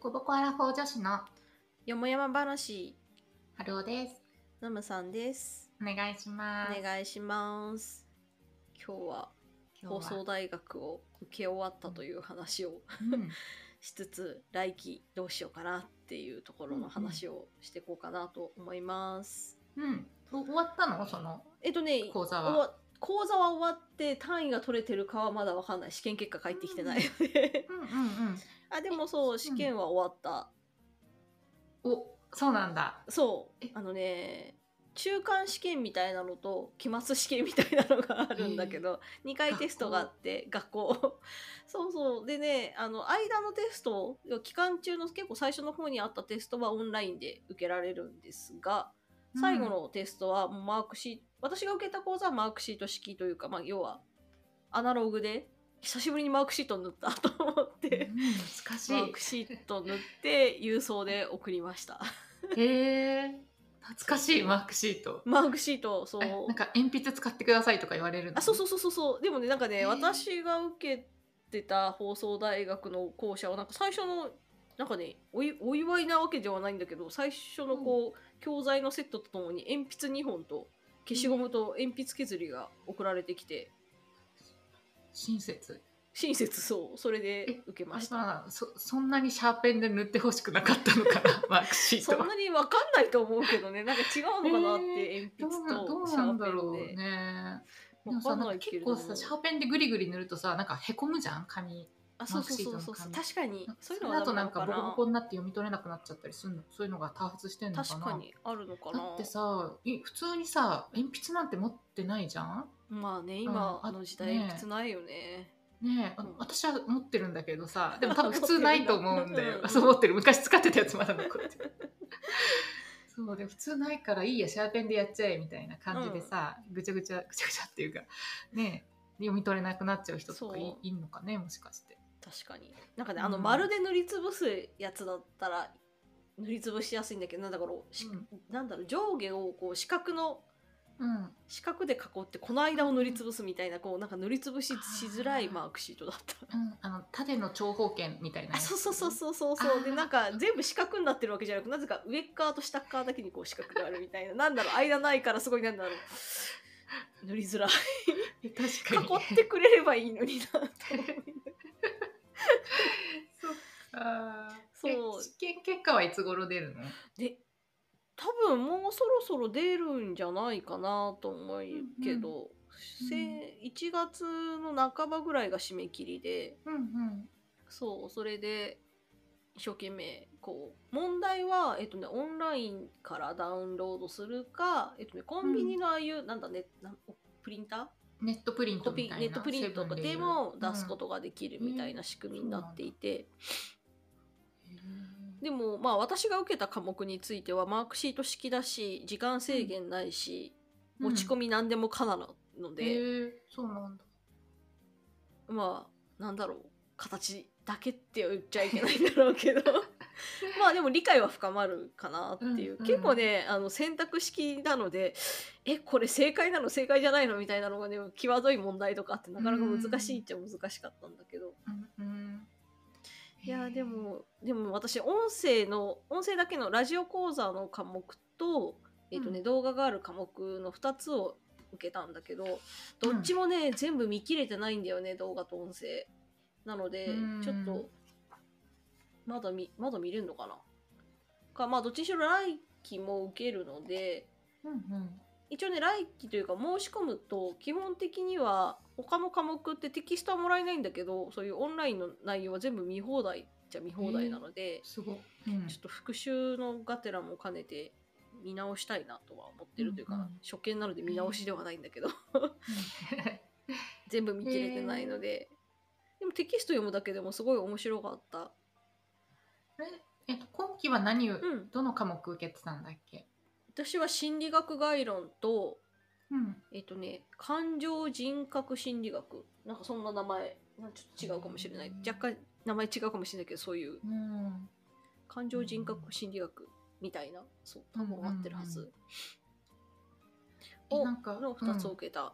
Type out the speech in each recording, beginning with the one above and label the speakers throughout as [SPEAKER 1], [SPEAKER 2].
[SPEAKER 1] コボコアラフォー女子の
[SPEAKER 2] よもやま話、
[SPEAKER 1] 春尾です。
[SPEAKER 2] ナムさんです。
[SPEAKER 1] お願いし
[SPEAKER 2] お
[SPEAKER 1] ます。
[SPEAKER 2] 願いします。今日は
[SPEAKER 1] 今
[SPEAKER 2] 放
[SPEAKER 1] 日は
[SPEAKER 2] 送大学を受け終わったという話を
[SPEAKER 1] うん、
[SPEAKER 2] しつつ、来期どうしようかなっていうところの話をしていこうかなと思います。
[SPEAKER 1] うん、お終わったのその
[SPEAKER 2] えっとね、
[SPEAKER 1] 講座
[SPEAKER 2] 終
[SPEAKER 1] は。
[SPEAKER 2] わ講座は終わって単位が取れてるかはまだわかんない試験結果返ってきてないので
[SPEAKER 1] うんうんうん。
[SPEAKER 2] あでもそう試験は終わった、
[SPEAKER 1] お、そうなんだ。
[SPEAKER 2] そう
[SPEAKER 1] え
[SPEAKER 2] あのね中間試験みたいなのと期末試験みたいなのがあるんだけど、2回テストがあって学校そうそうでねあの間のテスト期間中の結構最初の方にあったテストはオンラインで受けられるんですが最後のテストはもうマークシート、私が受けた講座はマークシート式というか、まあ、要はアナログで久しぶりにマークシート塗ったと思っ
[SPEAKER 1] うん、
[SPEAKER 2] て、
[SPEAKER 1] 難し
[SPEAKER 2] マークシート塗って郵送で送りました。
[SPEAKER 1] い。へえ、懐かしいマークシート。
[SPEAKER 2] マークシートそう
[SPEAKER 1] えなんか鉛筆使ってくださいとか言われるの。
[SPEAKER 2] あそうそうそうそうそうでもねなんかね、
[SPEAKER 1] へー
[SPEAKER 2] 私が受けてた放送大学の校舎はなんか最初のなんかねおいお祝いなわけではないんだけど最初のこう、教材のセットとともに鉛筆2本と消しゴムと鉛筆削りが送られてきて
[SPEAKER 1] 親切。
[SPEAKER 2] 親切そうそれで受け
[SPEAKER 1] あ
[SPEAKER 2] ま
[SPEAKER 1] れ
[SPEAKER 2] し
[SPEAKER 1] か
[SPEAKER 2] た
[SPEAKER 1] なそそんなにシャーペンで塗ってほしくなかったのか なマークシー
[SPEAKER 2] そ
[SPEAKER 1] ト
[SPEAKER 2] ん
[SPEAKER 1] は。
[SPEAKER 2] なに分かんないと思うけどねなんか違うのかなって、
[SPEAKER 1] ど
[SPEAKER 2] 鉛
[SPEAKER 1] うなど
[SPEAKER 2] 筆と
[SPEAKER 1] う
[SPEAKER 2] シ
[SPEAKER 1] な
[SPEAKER 2] ャ
[SPEAKER 1] んだろ
[SPEAKER 2] ー
[SPEAKER 1] う
[SPEAKER 2] ペンで
[SPEAKER 1] ね。でも
[SPEAKER 2] 分
[SPEAKER 1] さ
[SPEAKER 2] かん
[SPEAKER 1] な
[SPEAKER 2] なんい
[SPEAKER 1] か
[SPEAKER 2] け
[SPEAKER 1] 結
[SPEAKER 2] れども
[SPEAKER 1] 構さシャーペンでグリグリ塗るとさなんかへこむじゃん紙
[SPEAKER 2] あそうそうそうそ
[SPEAKER 1] マー
[SPEAKER 2] う
[SPEAKER 1] クシートの紙
[SPEAKER 2] 確かにそういうのは
[SPEAKER 1] れだとなんか
[SPEAKER 2] ダメ
[SPEAKER 1] ボ
[SPEAKER 2] な
[SPEAKER 1] コ
[SPEAKER 2] の
[SPEAKER 1] ボコになって読み取れなくなっちゃったりするのそういうのが多発してんのかな
[SPEAKER 2] 確かにあるのかな
[SPEAKER 1] だってさい普通にさ鉛筆なんて持ってないじゃん
[SPEAKER 2] まあね今
[SPEAKER 1] うんあ
[SPEAKER 2] の時代
[SPEAKER 1] ね
[SPEAKER 2] 鉛筆ないよね。
[SPEAKER 1] ねえ、あの
[SPEAKER 2] うん
[SPEAKER 1] 私は持ってるんだけど さでも多分普通ないと思うんだ
[SPEAKER 2] 持ってるん
[SPEAKER 1] よ
[SPEAKER 2] だ
[SPEAKER 1] そう持ってる昔使ってたやつまだ残ってるそうで普通ないからいいやシャーペンでやっちゃえみたいな感じでさ、ぐちゃぐちゃぐちゃぐちゃっていうかねえ読み取れなくなっちゃう人とかい
[SPEAKER 2] そう
[SPEAKER 1] いんのかねもしかして
[SPEAKER 2] 確かに。なんかね、
[SPEAKER 1] うん
[SPEAKER 2] あの丸で塗りつぶすやつだったら塗りつぶしやすいんだけどなんだろう、し
[SPEAKER 1] うん
[SPEAKER 2] なんだろう上下をこう四角の
[SPEAKER 1] うん
[SPEAKER 2] 四角で囲ってこの間を塗りつぶすみたいなこうなんか塗りつぶししづらいマークシートだった。
[SPEAKER 1] うん、あの縦の長方形みたいな
[SPEAKER 2] あ
[SPEAKER 1] やつ
[SPEAKER 2] そうそうそうそうそうそうで
[SPEAKER 1] あー
[SPEAKER 2] なんか全部四角になってるわけじゃなくなぜか上っ側と下っ側だけにこう四角があるみたいななんだろう間ないからすごいなんだろう塗りづらい
[SPEAKER 1] え 確かに
[SPEAKER 2] 囲ってくれればいいのになと思 い
[SPEAKER 1] そっか
[SPEAKER 2] そう
[SPEAKER 1] え試験結果はいつ頃出るの
[SPEAKER 2] で多分もうそろそろ出るんじゃないかなと思うけど、せ
[SPEAKER 1] うん
[SPEAKER 2] 1月の半ばぐらいが締め切りで
[SPEAKER 1] うんうん
[SPEAKER 2] そうそれで一生懸命こう問題は、えっとね、オンラインからダウンロードするか、えっとね、コンビニのああいう、なんだねなんプリンタ
[SPEAKER 1] ネットプリン
[SPEAKER 2] ーコ
[SPEAKER 1] トみ
[SPEAKER 2] ピ
[SPEAKER 1] た
[SPEAKER 2] ー
[SPEAKER 1] いな
[SPEAKER 2] ネットプリントとか
[SPEAKER 1] セブ
[SPEAKER 2] で
[SPEAKER 1] いう
[SPEAKER 2] も出すことができるみたいな仕組みになっていて、
[SPEAKER 1] うん
[SPEAKER 2] でもまあ私が受けた科目についてはマークシート式だし時間制限ないし、持ち込み何でもかなの
[SPEAKER 1] へ
[SPEAKER 2] で、
[SPEAKER 1] えそうなんだ
[SPEAKER 2] まあなんだろう形だけって言っちゃいけないんだろう けどまあでも理解は深まるかなっていう、
[SPEAKER 1] うんうん
[SPEAKER 2] 結構ねあの選択式なのでえこれ正解なの正解じゃないのみたいなのがね際どい問題とかあってなかなか難しいっちゃ難しかったんだけど、
[SPEAKER 1] うんうん
[SPEAKER 2] いやーでもでも私音声の音声だけのラジオ講座の科目と,、えっとね
[SPEAKER 1] う
[SPEAKER 2] 動画がある科目の2つを受けたんだけどどっちもね、全部見切れてないんだよね動画と音声なので、
[SPEAKER 1] うん
[SPEAKER 2] ちょっとまだ見まだ見れるのかなかまあどっちにしろ来期も受けるので
[SPEAKER 1] うんうん
[SPEAKER 2] 一応ね来期というか申し込むと基本的には他の科目ってテキストはもらえないんだけどそういうオンラインの内容は全部見放題じゃ見放題なので、
[SPEAKER 1] すごっうん
[SPEAKER 2] ちょっと復習のがてらも兼ねて見直したいなとは思ってるというか、
[SPEAKER 1] うんうん
[SPEAKER 2] 初見なので見直しではないんだけど 全部見切れてないので、でもテキスト読むだけでもすごい面白かった。
[SPEAKER 1] えっと今期は何を
[SPEAKER 2] うん、
[SPEAKER 1] どの科目受けてたんだっけ
[SPEAKER 2] 私は心理学概論と
[SPEAKER 1] うん
[SPEAKER 2] えっとね、感情人格心理学なんかそんな名前なんかちょっと違うかもしれない
[SPEAKER 1] うん
[SPEAKER 2] 若干名前違うかもしれないけどそういう
[SPEAKER 1] うん
[SPEAKER 2] 感情人格心理学みたいなそう多分合ってるはず、
[SPEAKER 1] え
[SPEAKER 2] を
[SPEAKER 1] なんか
[SPEAKER 2] の2つを
[SPEAKER 1] うん
[SPEAKER 2] 受けた、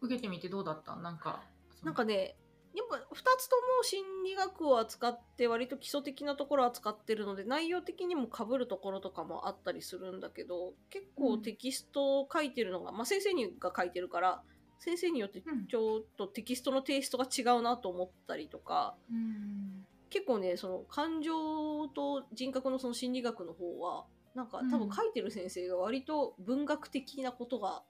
[SPEAKER 1] 受けてみてどうだったなんかその
[SPEAKER 2] なんかねやっぱ2つとも心理学を扱って割と基礎的なところを扱ってるので内容的にもかぶるところとかもあったりするんだけど結構テキストを書いてるのが、まあ、先生にが書いてるから先生によって
[SPEAKER 1] うん
[SPEAKER 2] ちょっとテキストのテイストが違うなと思ったりとか
[SPEAKER 1] うん
[SPEAKER 2] 結構ねその感情と人格のその心理学の方はなんか多
[SPEAKER 1] う
[SPEAKER 2] 分
[SPEAKER 1] ん
[SPEAKER 2] 書いてる先生が割と文学的なことが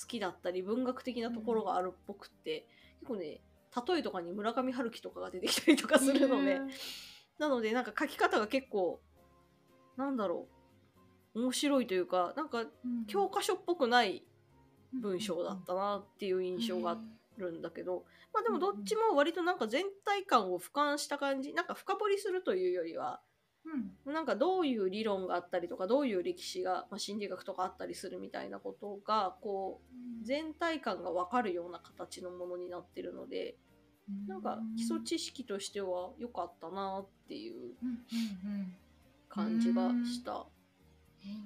[SPEAKER 2] 好きだったり文学的なところがあるっぽくって、結構ね例えとかに村上春樹とかが出てきたりとかするので、なのでなんか書き方が結構なんだろう面白いというかなんか
[SPEAKER 1] うん
[SPEAKER 2] 教科書っぽくない文章だったなっていう印象があっるんだけど、まあ、でもどっちも割となんか全体感を俯瞰した感じなんか深掘りするというよりは
[SPEAKER 1] うん
[SPEAKER 2] なんかどういう理論があったりとかどういう歴史が、まあ、心理学とかあったりするみたいなことがこう全体感が分かるような形のものになってるのでなんか基礎知識としては良かったなっていう
[SPEAKER 1] うんうんうん
[SPEAKER 2] 感じがした。
[SPEAKER 1] えー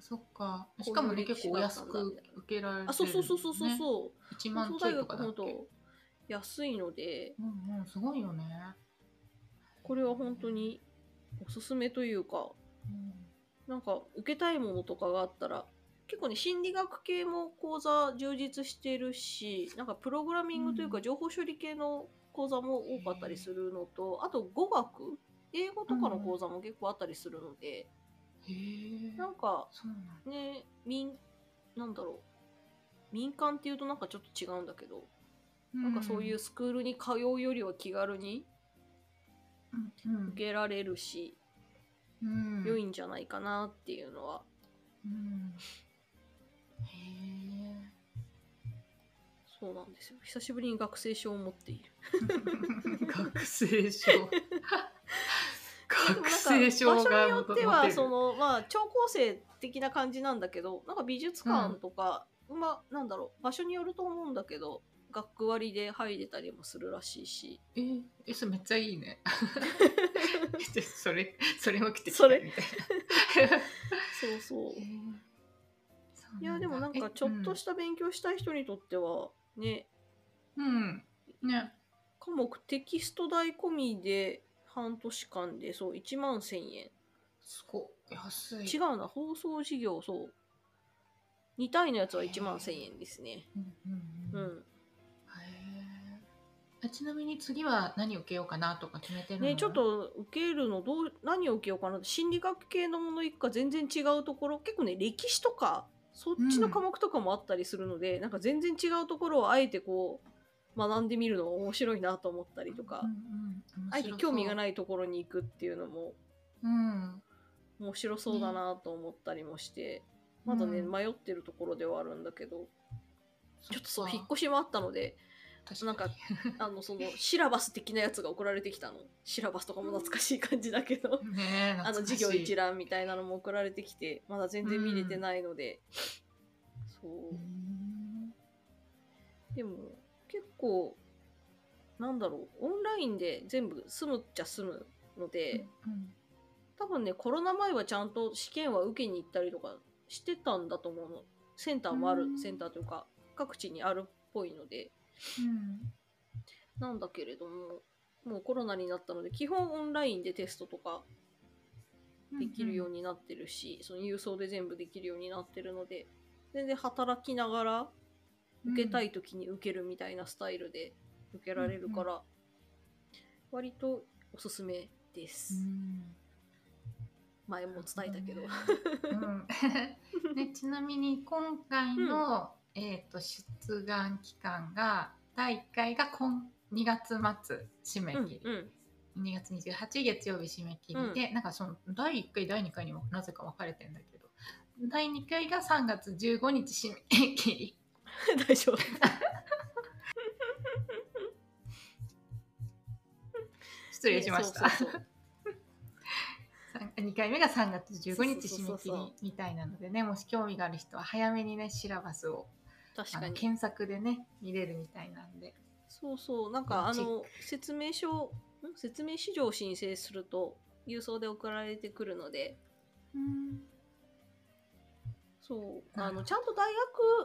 [SPEAKER 1] そっかしかもね
[SPEAKER 2] こういう
[SPEAKER 1] 結構お
[SPEAKER 2] 歴史
[SPEAKER 1] 安
[SPEAKER 2] だったんだ
[SPEAKER 1] く受けられてる
[SPEAKER 2] あそうそうそうそうそう
[SPEAKER 1] う
[SPEAKER 2] そう
[SPEAKER 1] 1
[SPEAKER 2] 放
[SPEAKER 1] 万
[SPEAKER 2] 送
[SPEAKER 1] ちょ
[SPEAKER 2] 大
[SPEAKER 1] いと
[SPEAKER 2] 学
[SPEAKER 1] かだ
[SPEAKER 2] 本
[SPEAKER 1] っけ
[SPEAKER 2] 当安いので
[SPEAKER 1] うんうんすごいよね、
[SPEAKER 2] これは本当におすすめというか
[SPEAKER 1] うん
[SPEAKER 2] なんか受けたいものとかがあったら結構ね心理学系も講座充実してるしなんかプログラミングという
[SPEAKER 1] う
[SPEAKER 2] か
[SPEAKER 1] ん
[SPEAKER 2] 情報処理系の講座も多かったりするのとあと語学英語とかの講座も結構あったりするので、
[SPEAKER 1] へえ
[SPEAKER 2] なんか
[SPEAKER 1] そうなんだ
[SPEAKER 2] ね民なんだろう民間っていうとなんかちょっと違うんだけど、なんかそういう、スクールに通うよりは気軽に
[SPEAKER 1] うんうん
[SPEAKER 2] 受けられるし、
[SPEAKER 1] うん、
[SPEAKER 2] 良いんじゃないかなっていうのは
[SPEAKER 1] うんへ
[SPEAKER 2] そうなんですよ久しぶりに学生証を持っている。
[SPEAKER 1] え学生 証学
[SPEAKER 2] でもなんか
[SPEAKER 1] 生証
[SPEAKER 2] 場所
[SPEAKER 1] が
[SPEAKER 2] によっ
[SPEAKER 1] 持
[SPEAKER 2] て
[SPEAKER 1] 持
[SPEAKER 2] は
[SPEAKER 1] る
[SPEAKER 2] そのまあ超高生的な感じなんだけどなんか美術館とか、まあなんだろう場所によると思うんだけど学区割りで入れたりもするらしいし
[SPEAKER 1] えーえそれめっちゃいい ねちょそれそれも来てき
[SPEAKER 2] そ
[SPEAKER 1] た
[SPEAKER 2] れ
[SPEAKER 1] みた いな
[SPEAKER 2] そうそう
[SPEAKER 1] へーそうなんだ
[SPEAKER 2] いやでもなんか
[SPEAKER 1] え
[SPEAKER 2] ちょっとした勉強したい人にとってはね
[SPEAKER 1] うん、うん、ね
[SPEAKER 2] 科目テキスト代込みで半年間でそう1万1000円
[SPEAKER 1] すごい安い
[SPEAKER 2] 違うな放送事業そう2単位のやつは1万1000円ですね
[SPEAKER 1] うんう
[SPEAKER 2] うん
[SPEAKER 1] うん
[SPEAKER 2] ん
[SPEAKER 1] へーあちなみに次は何受けようかなとか決めてるの
[SPEAKER 2] ね、ちょっと受けるのどう何を受けようかな心理学系のもの一か全然違うところ結構ね歴史とかそっちの科目とかもあったりするので、なんか全然違うところをあえてこう学んでみるの面白いなと思ったりとか、あえて興味が
[SPEAKER 1] い、
[SPEAKER 2] ないところに行くっていうのも
[SPEAKER 1] うん、
[SPEAKER 2] 面白そうだなと思ったりもして、まだね、
[SPEAKER 1] うん
[SPEAKER 2] 迷ってるところではあるんだけどちょっとそう
[SPEAKER 1] か
[SPEAKER 2] 引っ越しもあったので
[SPEAKER 1] 確
[SPEAKER 2] なんか
[SPEAKER 1] に
[SPEAKER 2] あのそのシラバス的なやつが送られてきたのシラバスとかも懐かしい感じだけど。
[SPEAKER 1] ねえ
[SPEAKER 2] あの
[SPEAKER 1] 懐かし
[SPEAKER 2] 授
[SPEAKER 1] い
[SPEAKER 2] 業一覧みたいなのも送られてきてまだ全然見れてないので、
[SPEAKER 1] う
[SPEAKER 2] そ
[SPEAKER 1] ん
[SPEAKER 2] うでも結構なんだろうオンラインで全部済むっちゃ済むので、
[SPEAKER 1] うん
[SPEAKER 2] 多分ねコロナ前はちゃんと試験は受けに行ったりとかしてたんだと思うのセンターもある、
[SPEAKER 1] うん
[SPEAKER 2] センターというか各地にあるっぽいので
[SPEAKER 1] うん
[SPEAKER 2] なんだけれどももうコロナになったので基本オンラインでテストとかできるようになってるし、その郵送で全部できるようになってるので全然働きながら受けたい時に受けるみたいなスタイルで受けられるから、割とおすすめで
[SPEAKER 1] う
[SPEAKER 2] す、
[SPEAKER 1] ん
[SPEAKER 2] 前も伝えたけど、
[SPEAKER 1] うん ね、ちなみに今回の、えー、と出願期間が第1回が今2月末締め切り、
[SPEAKER 2] うんうん
[SPEAKER 1] 2月28日月曜日締め切りで、なんかその第1回第2回にもなぜか分かれてんだけど第2回が3月15日締め切り
[SPEAKER 2] 大丈夫
[SPEAKER 1] 失礼しました
[SPEAKER 2] そうそうそう
[SPEAKER 1] 2回目が3月15日締
[SPEAKER 2] そうそうそ
[SPEAKER 1] め
[SPEAKER 2] う
[SPEAKER 1] 切
[SPEAKER 2] そう
[SPEAKER 1] りみたいなのでねもし興味がある人は早めにねシラバスを
[SPEAKER 2] 確
[SPEAKER 1] あ
[SPEAKER 2] か
[SPEAKER 1] の
[SPEAKER 2] に
[SPEAKER 1] 検索でね見れるみたいなんで
[SPEAKER 2] そうそうなんかあ
[SPEAKER 1] チェッ
[SPEAKER 2] の説明書ん説明資料を申請すると郵送で送られてくるのでそう
[SPEAKER 1] な
[SPEAKER 2] あ
[SPEAKER 1] るほ
[SPEAKER 2] の
[SPEAKER 1] ど
[SPEAKER 2] ちゃんと大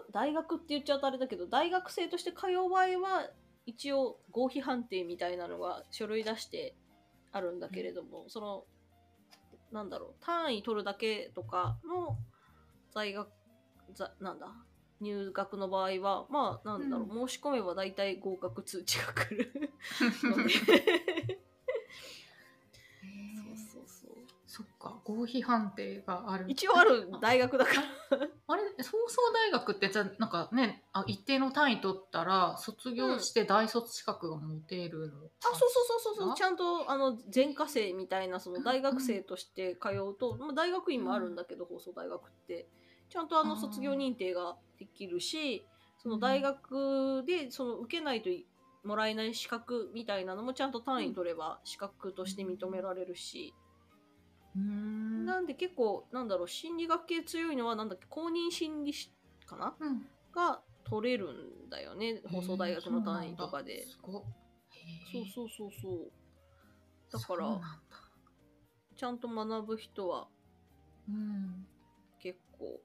[SPEAKER 2] 学大学って言っちゃうとあれだけど大学生として通う場合は一応合否判定みたいなのが書類出してあるんだけれども、そのなんだろう単位取るだけとかの在学ざなんだ入学の場合はまあなんだろう、申し込めば大体合格通知が来 るのでそうそうそう
[SPEAKER 1] そっか合否判定がある
[SPEAKER 2] 一応ある大学だから
[SPEAKER 1] あれ早々大学ってじゃあなんかねあ一定の単位取ったら卒業して大卒資格が持てるの、
[SPEAKER 2] あそうそうそうそうそうちゃんとあの全科生みたいなその大学生として通うと、まあ、大学院もあるんだけど、放送大学ってちゃんとあの卒業認定ができるしその大学でその受けないともらえない資格みたいなのもちゃんと単位取れば資格として認められるし、
[SPEAKER 1] うーん
[SPEAKER 2] なんで結構なんだろう心理学系強いのはなんだっけ公認心理師かな
[SPEAKER 1] うん
[SPEAKER 2] が取れるんだよね放送大学の単位とか
[SPEAKER 1] へー。
[SPEAKER 2] で
[SPEAKER 1] そうなんだすご
[SPEAKER 2] そう
[SPEAKER 1] っへー
[SPEAKER 2] そうそうそう。だか
[SPEAKER 1] そうなん
[SPEAKER 2] ら
[SPEAKER 1] だ
[SPEAKER 2] ちゃんと学ぶ人は
[SPEAKER 1] うん
[SPEAKER 2] 結構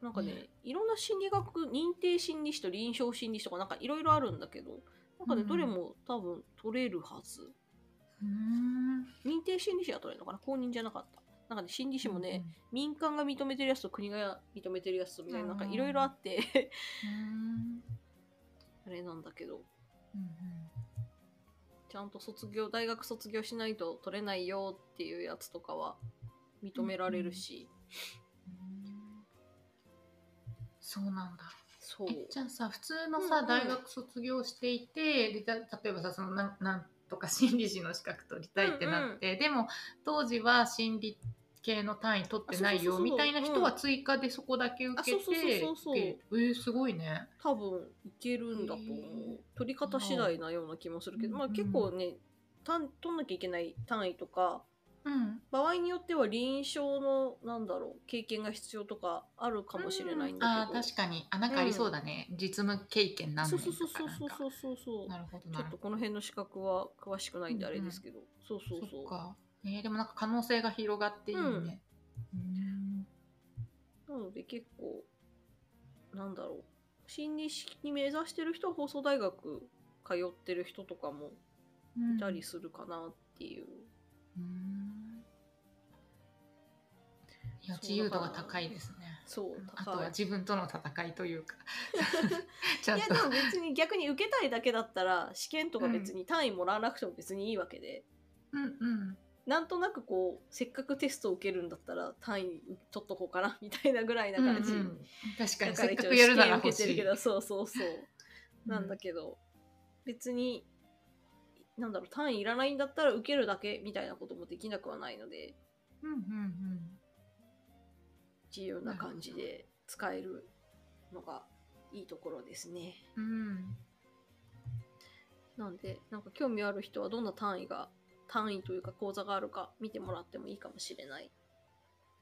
[SPEAKER 2] なんかね、
[SPEAKER 1] ね
[SPEAKER 2] いろんな心理学認定心理士と臨床心理士とかなんかいろいろあるんだけどなんかね、
[SPEAKER 1] うん
[SPEAKER 2] どれも多分取れるはず
[SPEAKER 1] うーん
[SPEAKER 2] 認定心理士は取れるのかな公認じゃなかったなんかね心理師もね、民間が認めてるやつと国が認めてるやつとみたいななんかいろいろあって
[SPEAKER 1] うんうん
[SPEAKER 2] あれなんだけど
[SPEAKER 1] うん
[SPEAKER 2] ちゃんと卒業大学卒業しないと取れないよっていうやつとかは認められるし、
[SPEAKER 1] うんうんそうなんだ
[SPEAKER 2] そう
[SPEAKER 1] えじゃあさ普通のさ、
[SPEAKER 2] うんうん
[SPEAKER 1] 大学卒業していてでた例えばさそのなんなんとか心理士の資格取りたいってなって、でも当時は心理系の単位取ってない
[SPEAKER 2] あ
[SPEAKER 1] よ
[SPEAKER 2] そうそうそうそ
[SPEAKER 1] み
[SPEAKER 2] う
[SPEAKER 1] たいな人は追加でそこだけ受けて
[SPEAKER 2] あそうそうそうそう
[SPEAKER 1] ってえー、すごいね。
[SPEAKER 2] 多分いけるんだと思う、
[SPEAKER 1] へえ
[SPEAKER 2] 取り方次第なような気もするけど、
[SPEAKER 1] うん
[SPEAKER 2] まあ、
[SPEAKER 1] うん
[SPEAKER 2] 結構ね単取んなきゃいけない単位とか
[SPEAKER 1] うん、
[SPEAKER 2] 場合によっては臨床のなんだろう経験が必要とかあるかもしれないんだ
[SPEAKER 1] あ
[SPEAKER 2] け
[SPEAKER 1] ー
[SPEAKER 2] ど、
[SPEAKER 1] 確かにあなんかありそうだね、実務経験何
[SPEAKER 2] そう
[SPEAKER 1] 年
[SPEAKER 2] そうそ
[SPEAKER 1] と
[SPEAKER 2] う
[SPEAKER 1] か
[SPEAKER 2] そう
[SPEAKER 1] なん
[SPEAKER 2] そう
[SPEAKER 1] か
[SPEAKER 2] そうそうそう
[SPEAKER 1] なるほど
[SPEAKER 2] ち
[SPEAKER 1] な
[SPEAKER 2] ょ
[SPEAKER 1] るほ
[SPEAKER 2] っと
[SPEAKER 1] ど
[SPEAKER 2] この辺の資格は詳しくないんであれですけど、そうそう
[SPEAKER 1] そ
[SPEAKER 2] そう
[SPEAKER 1] っかえーでもなんか可能性が広がっていいね。うん
[SPEAKER 2] なので結構なんだろう心理師に目指してる人は放送大学通ってる人とかも
[SPEAKER 1] うん
[SPEAKER 2] いたりするかなっていう、
[SPEAKER 1] うーんいや
[SPEAKER 2] そう
[SPEAKER 1] 自由度
[SPEAKER 2] だ
[SPEAKER 1] が
[SPEAKER 2] から
[SPEAKER 1] 高いですね。
[SPEAKER 2] そう
[SPEAKER 1] あと
[SPEAKER 2] 高
[SPEAKER 1] はい自分との戦いというか ちゃ
[SPEAKER 2] い
[SPEAKER 1] ん
[SPEAKER 2] や
[SPEAKER 1] と
[SPEAKER 2] でも別に逆に受けたいだけだったら試験とか別に単位もらわなくても別にいいわけで、
[SPEAKER 1] うんうん
[SPEAKER 2] なんとなくこうせっかくテストを受けるんだったら単位取っとこうかなみ たいなぐらいな
[SPEAKER 1] うんう
[SPEAKER 2] 感じ、
[SPEAKER 1] ん確か
[SPEAKER 2] だ
[SPEAKER 1] に
[SPEAKER 2] から
[SPEAKER 1] せっか
[SPEAKER 2] 一応
[SPEAKER 1] くや
[SPEAKER 2] 試
[SPEAKER 1] るなら
[SPEAKER 2] 験受
[SPEAKER 1] 欲
[SPEAKER 2] けて
[SPEAKER 1] し
[SPEAKER 2] る
[SPEAKER 1] い
[SPEAKER 2] けどそうそうそう
[SPEAKER 1] うん
[SPEAKER 2] なんだけど、別になんだろう単位いらないんだったら受けるだけみたいなこともできなくはないので
[SPEAKER 1] うんうんうん
[SPEAKER 2] 自由な感じで使えるのがいいところですね。
[SPEAKER 1] うん
[SPEAKER 2] なんでなんか興味ある人はどんな単位が単位というか講座があるか見てもらってもいいかもしれない。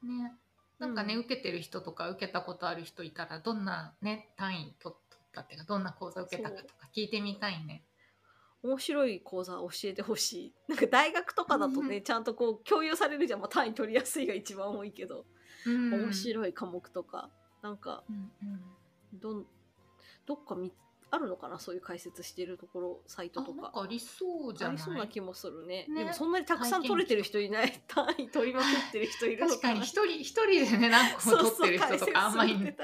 [SPEAKER 1] ねなんかね、
[SPEAKER 2] うん
[SPEAKER 1] 受けてる人とか受けたことある人いたらどんなね単位取取ったっていうかどんな講座受けたかとか聞いてみたいね。
[SPEAKER 2] 面白い講座教えてほしい。 なんか大学とかだと
[SPEAKER 1] うんう
[SPEAKER 2] ね、ちゃんとこう共有されるじゃん。まあ、単位取りやすいが一番多いけど、
[SPEAKER 1] うん
[SPEAKER 2] 面白い科目とか、なんか
[SPEAKER 1] うんうん
[SPEAKER 2] どんどっかみあるのかなそういう解説してるところサイト
[SPEAKER 1] あ
[SPEAKER 2] と
[SPEAKER 1] なん
[SPEAKER 2] か
[SPEAKER 1] かありそうじ
[SPEAKER 2] あ
[SPEAKER 1] ゃな
[SPEAKER 2] り
[SPEAKER 1] い
[SPEAKER 2] そうな気もするね
[SPEAKER 1] ね
[SPEAKER 2] でもそんなにたくさ
[SPEAKER 1] 体験
[SPEAKER 2] ん
[SPEAKER 1] 記
[SPEAKER 2] 取れてる人いない単位取りまくってる人いるの
[SPEAKER 1] 確
[SPEAKER 2] か
[SPEAKER 1] か
[SPEAKER 2] な
[SPEAKER 1] に一人一人でね何個も取ってる人とかあんまり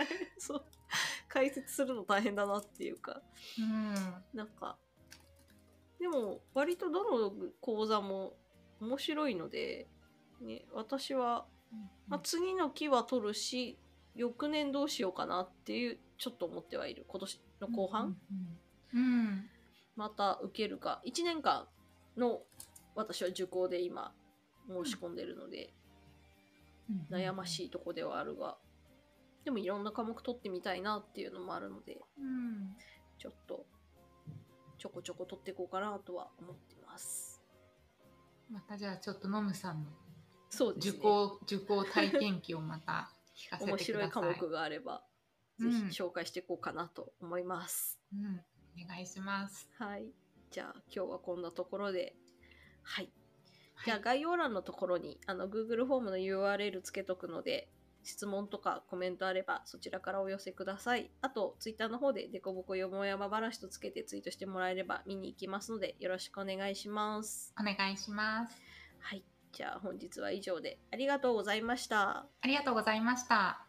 [SPEAKER 2] 解説するのって大変そう解説するの大変だなっていうか
[SPEAKER 1] うん
[SPEAKER 2] なんかでも割とどの講座も面白いので、ね、私は、まあ、次の期は取るし翌年どうしようかなっていうちょっと思ってはいる今年の後半、
[SPEAKER 1] うんうん
[SPEAKER 2] また受けるか1年間の私は受講で今申し込んでるので、
[SPEAKER 1] うん
[SPEAKER 2] 悩ましいとこではあるがでもいろんな科目取ってみたいなっていうのもあるので
[SPEAKER 1] うん
[SPEAKER 2] ちょっとちょこちょこ取っていこうかなとは思ってます
[SPEAKER 1] またじゃあちょっとノムさんの
[SPEAKER 2] そうです
[SPEAKER 1] 受
[SPEAKER 2] ね
[SPEAKER 1] 講、受講体験記をまた聞かせてく
[SPEAKER 2] 面
[SPEAKER 1] ださい
[SPEAKER 2] 白い科目があればぜ
[SPEAKER 1] うん
[SPEAKER 2] ひ紹介していこうかなと思います、
[SPEAKER 1] うん、お願いします
[SPEAKER 2] はいじゃあ今日はこんなところではい
[SPEAKER 1] はい
[SPEAKER 2] じゃあ概要欄のところにあの Google フォームの URL つけとくので質問とかコメントあればそちらからお寄せください。あと、ツイッターの方でデコボコよもやま話とつけてツイートしてもらえれば見に行きますのでよろしくお願いします。
[SPEAKER 1] お願いします
[SPEAKER 2] はい。じゃあ本日は以上でありがとうございました。
[SPEAKER 1] ありがとうございました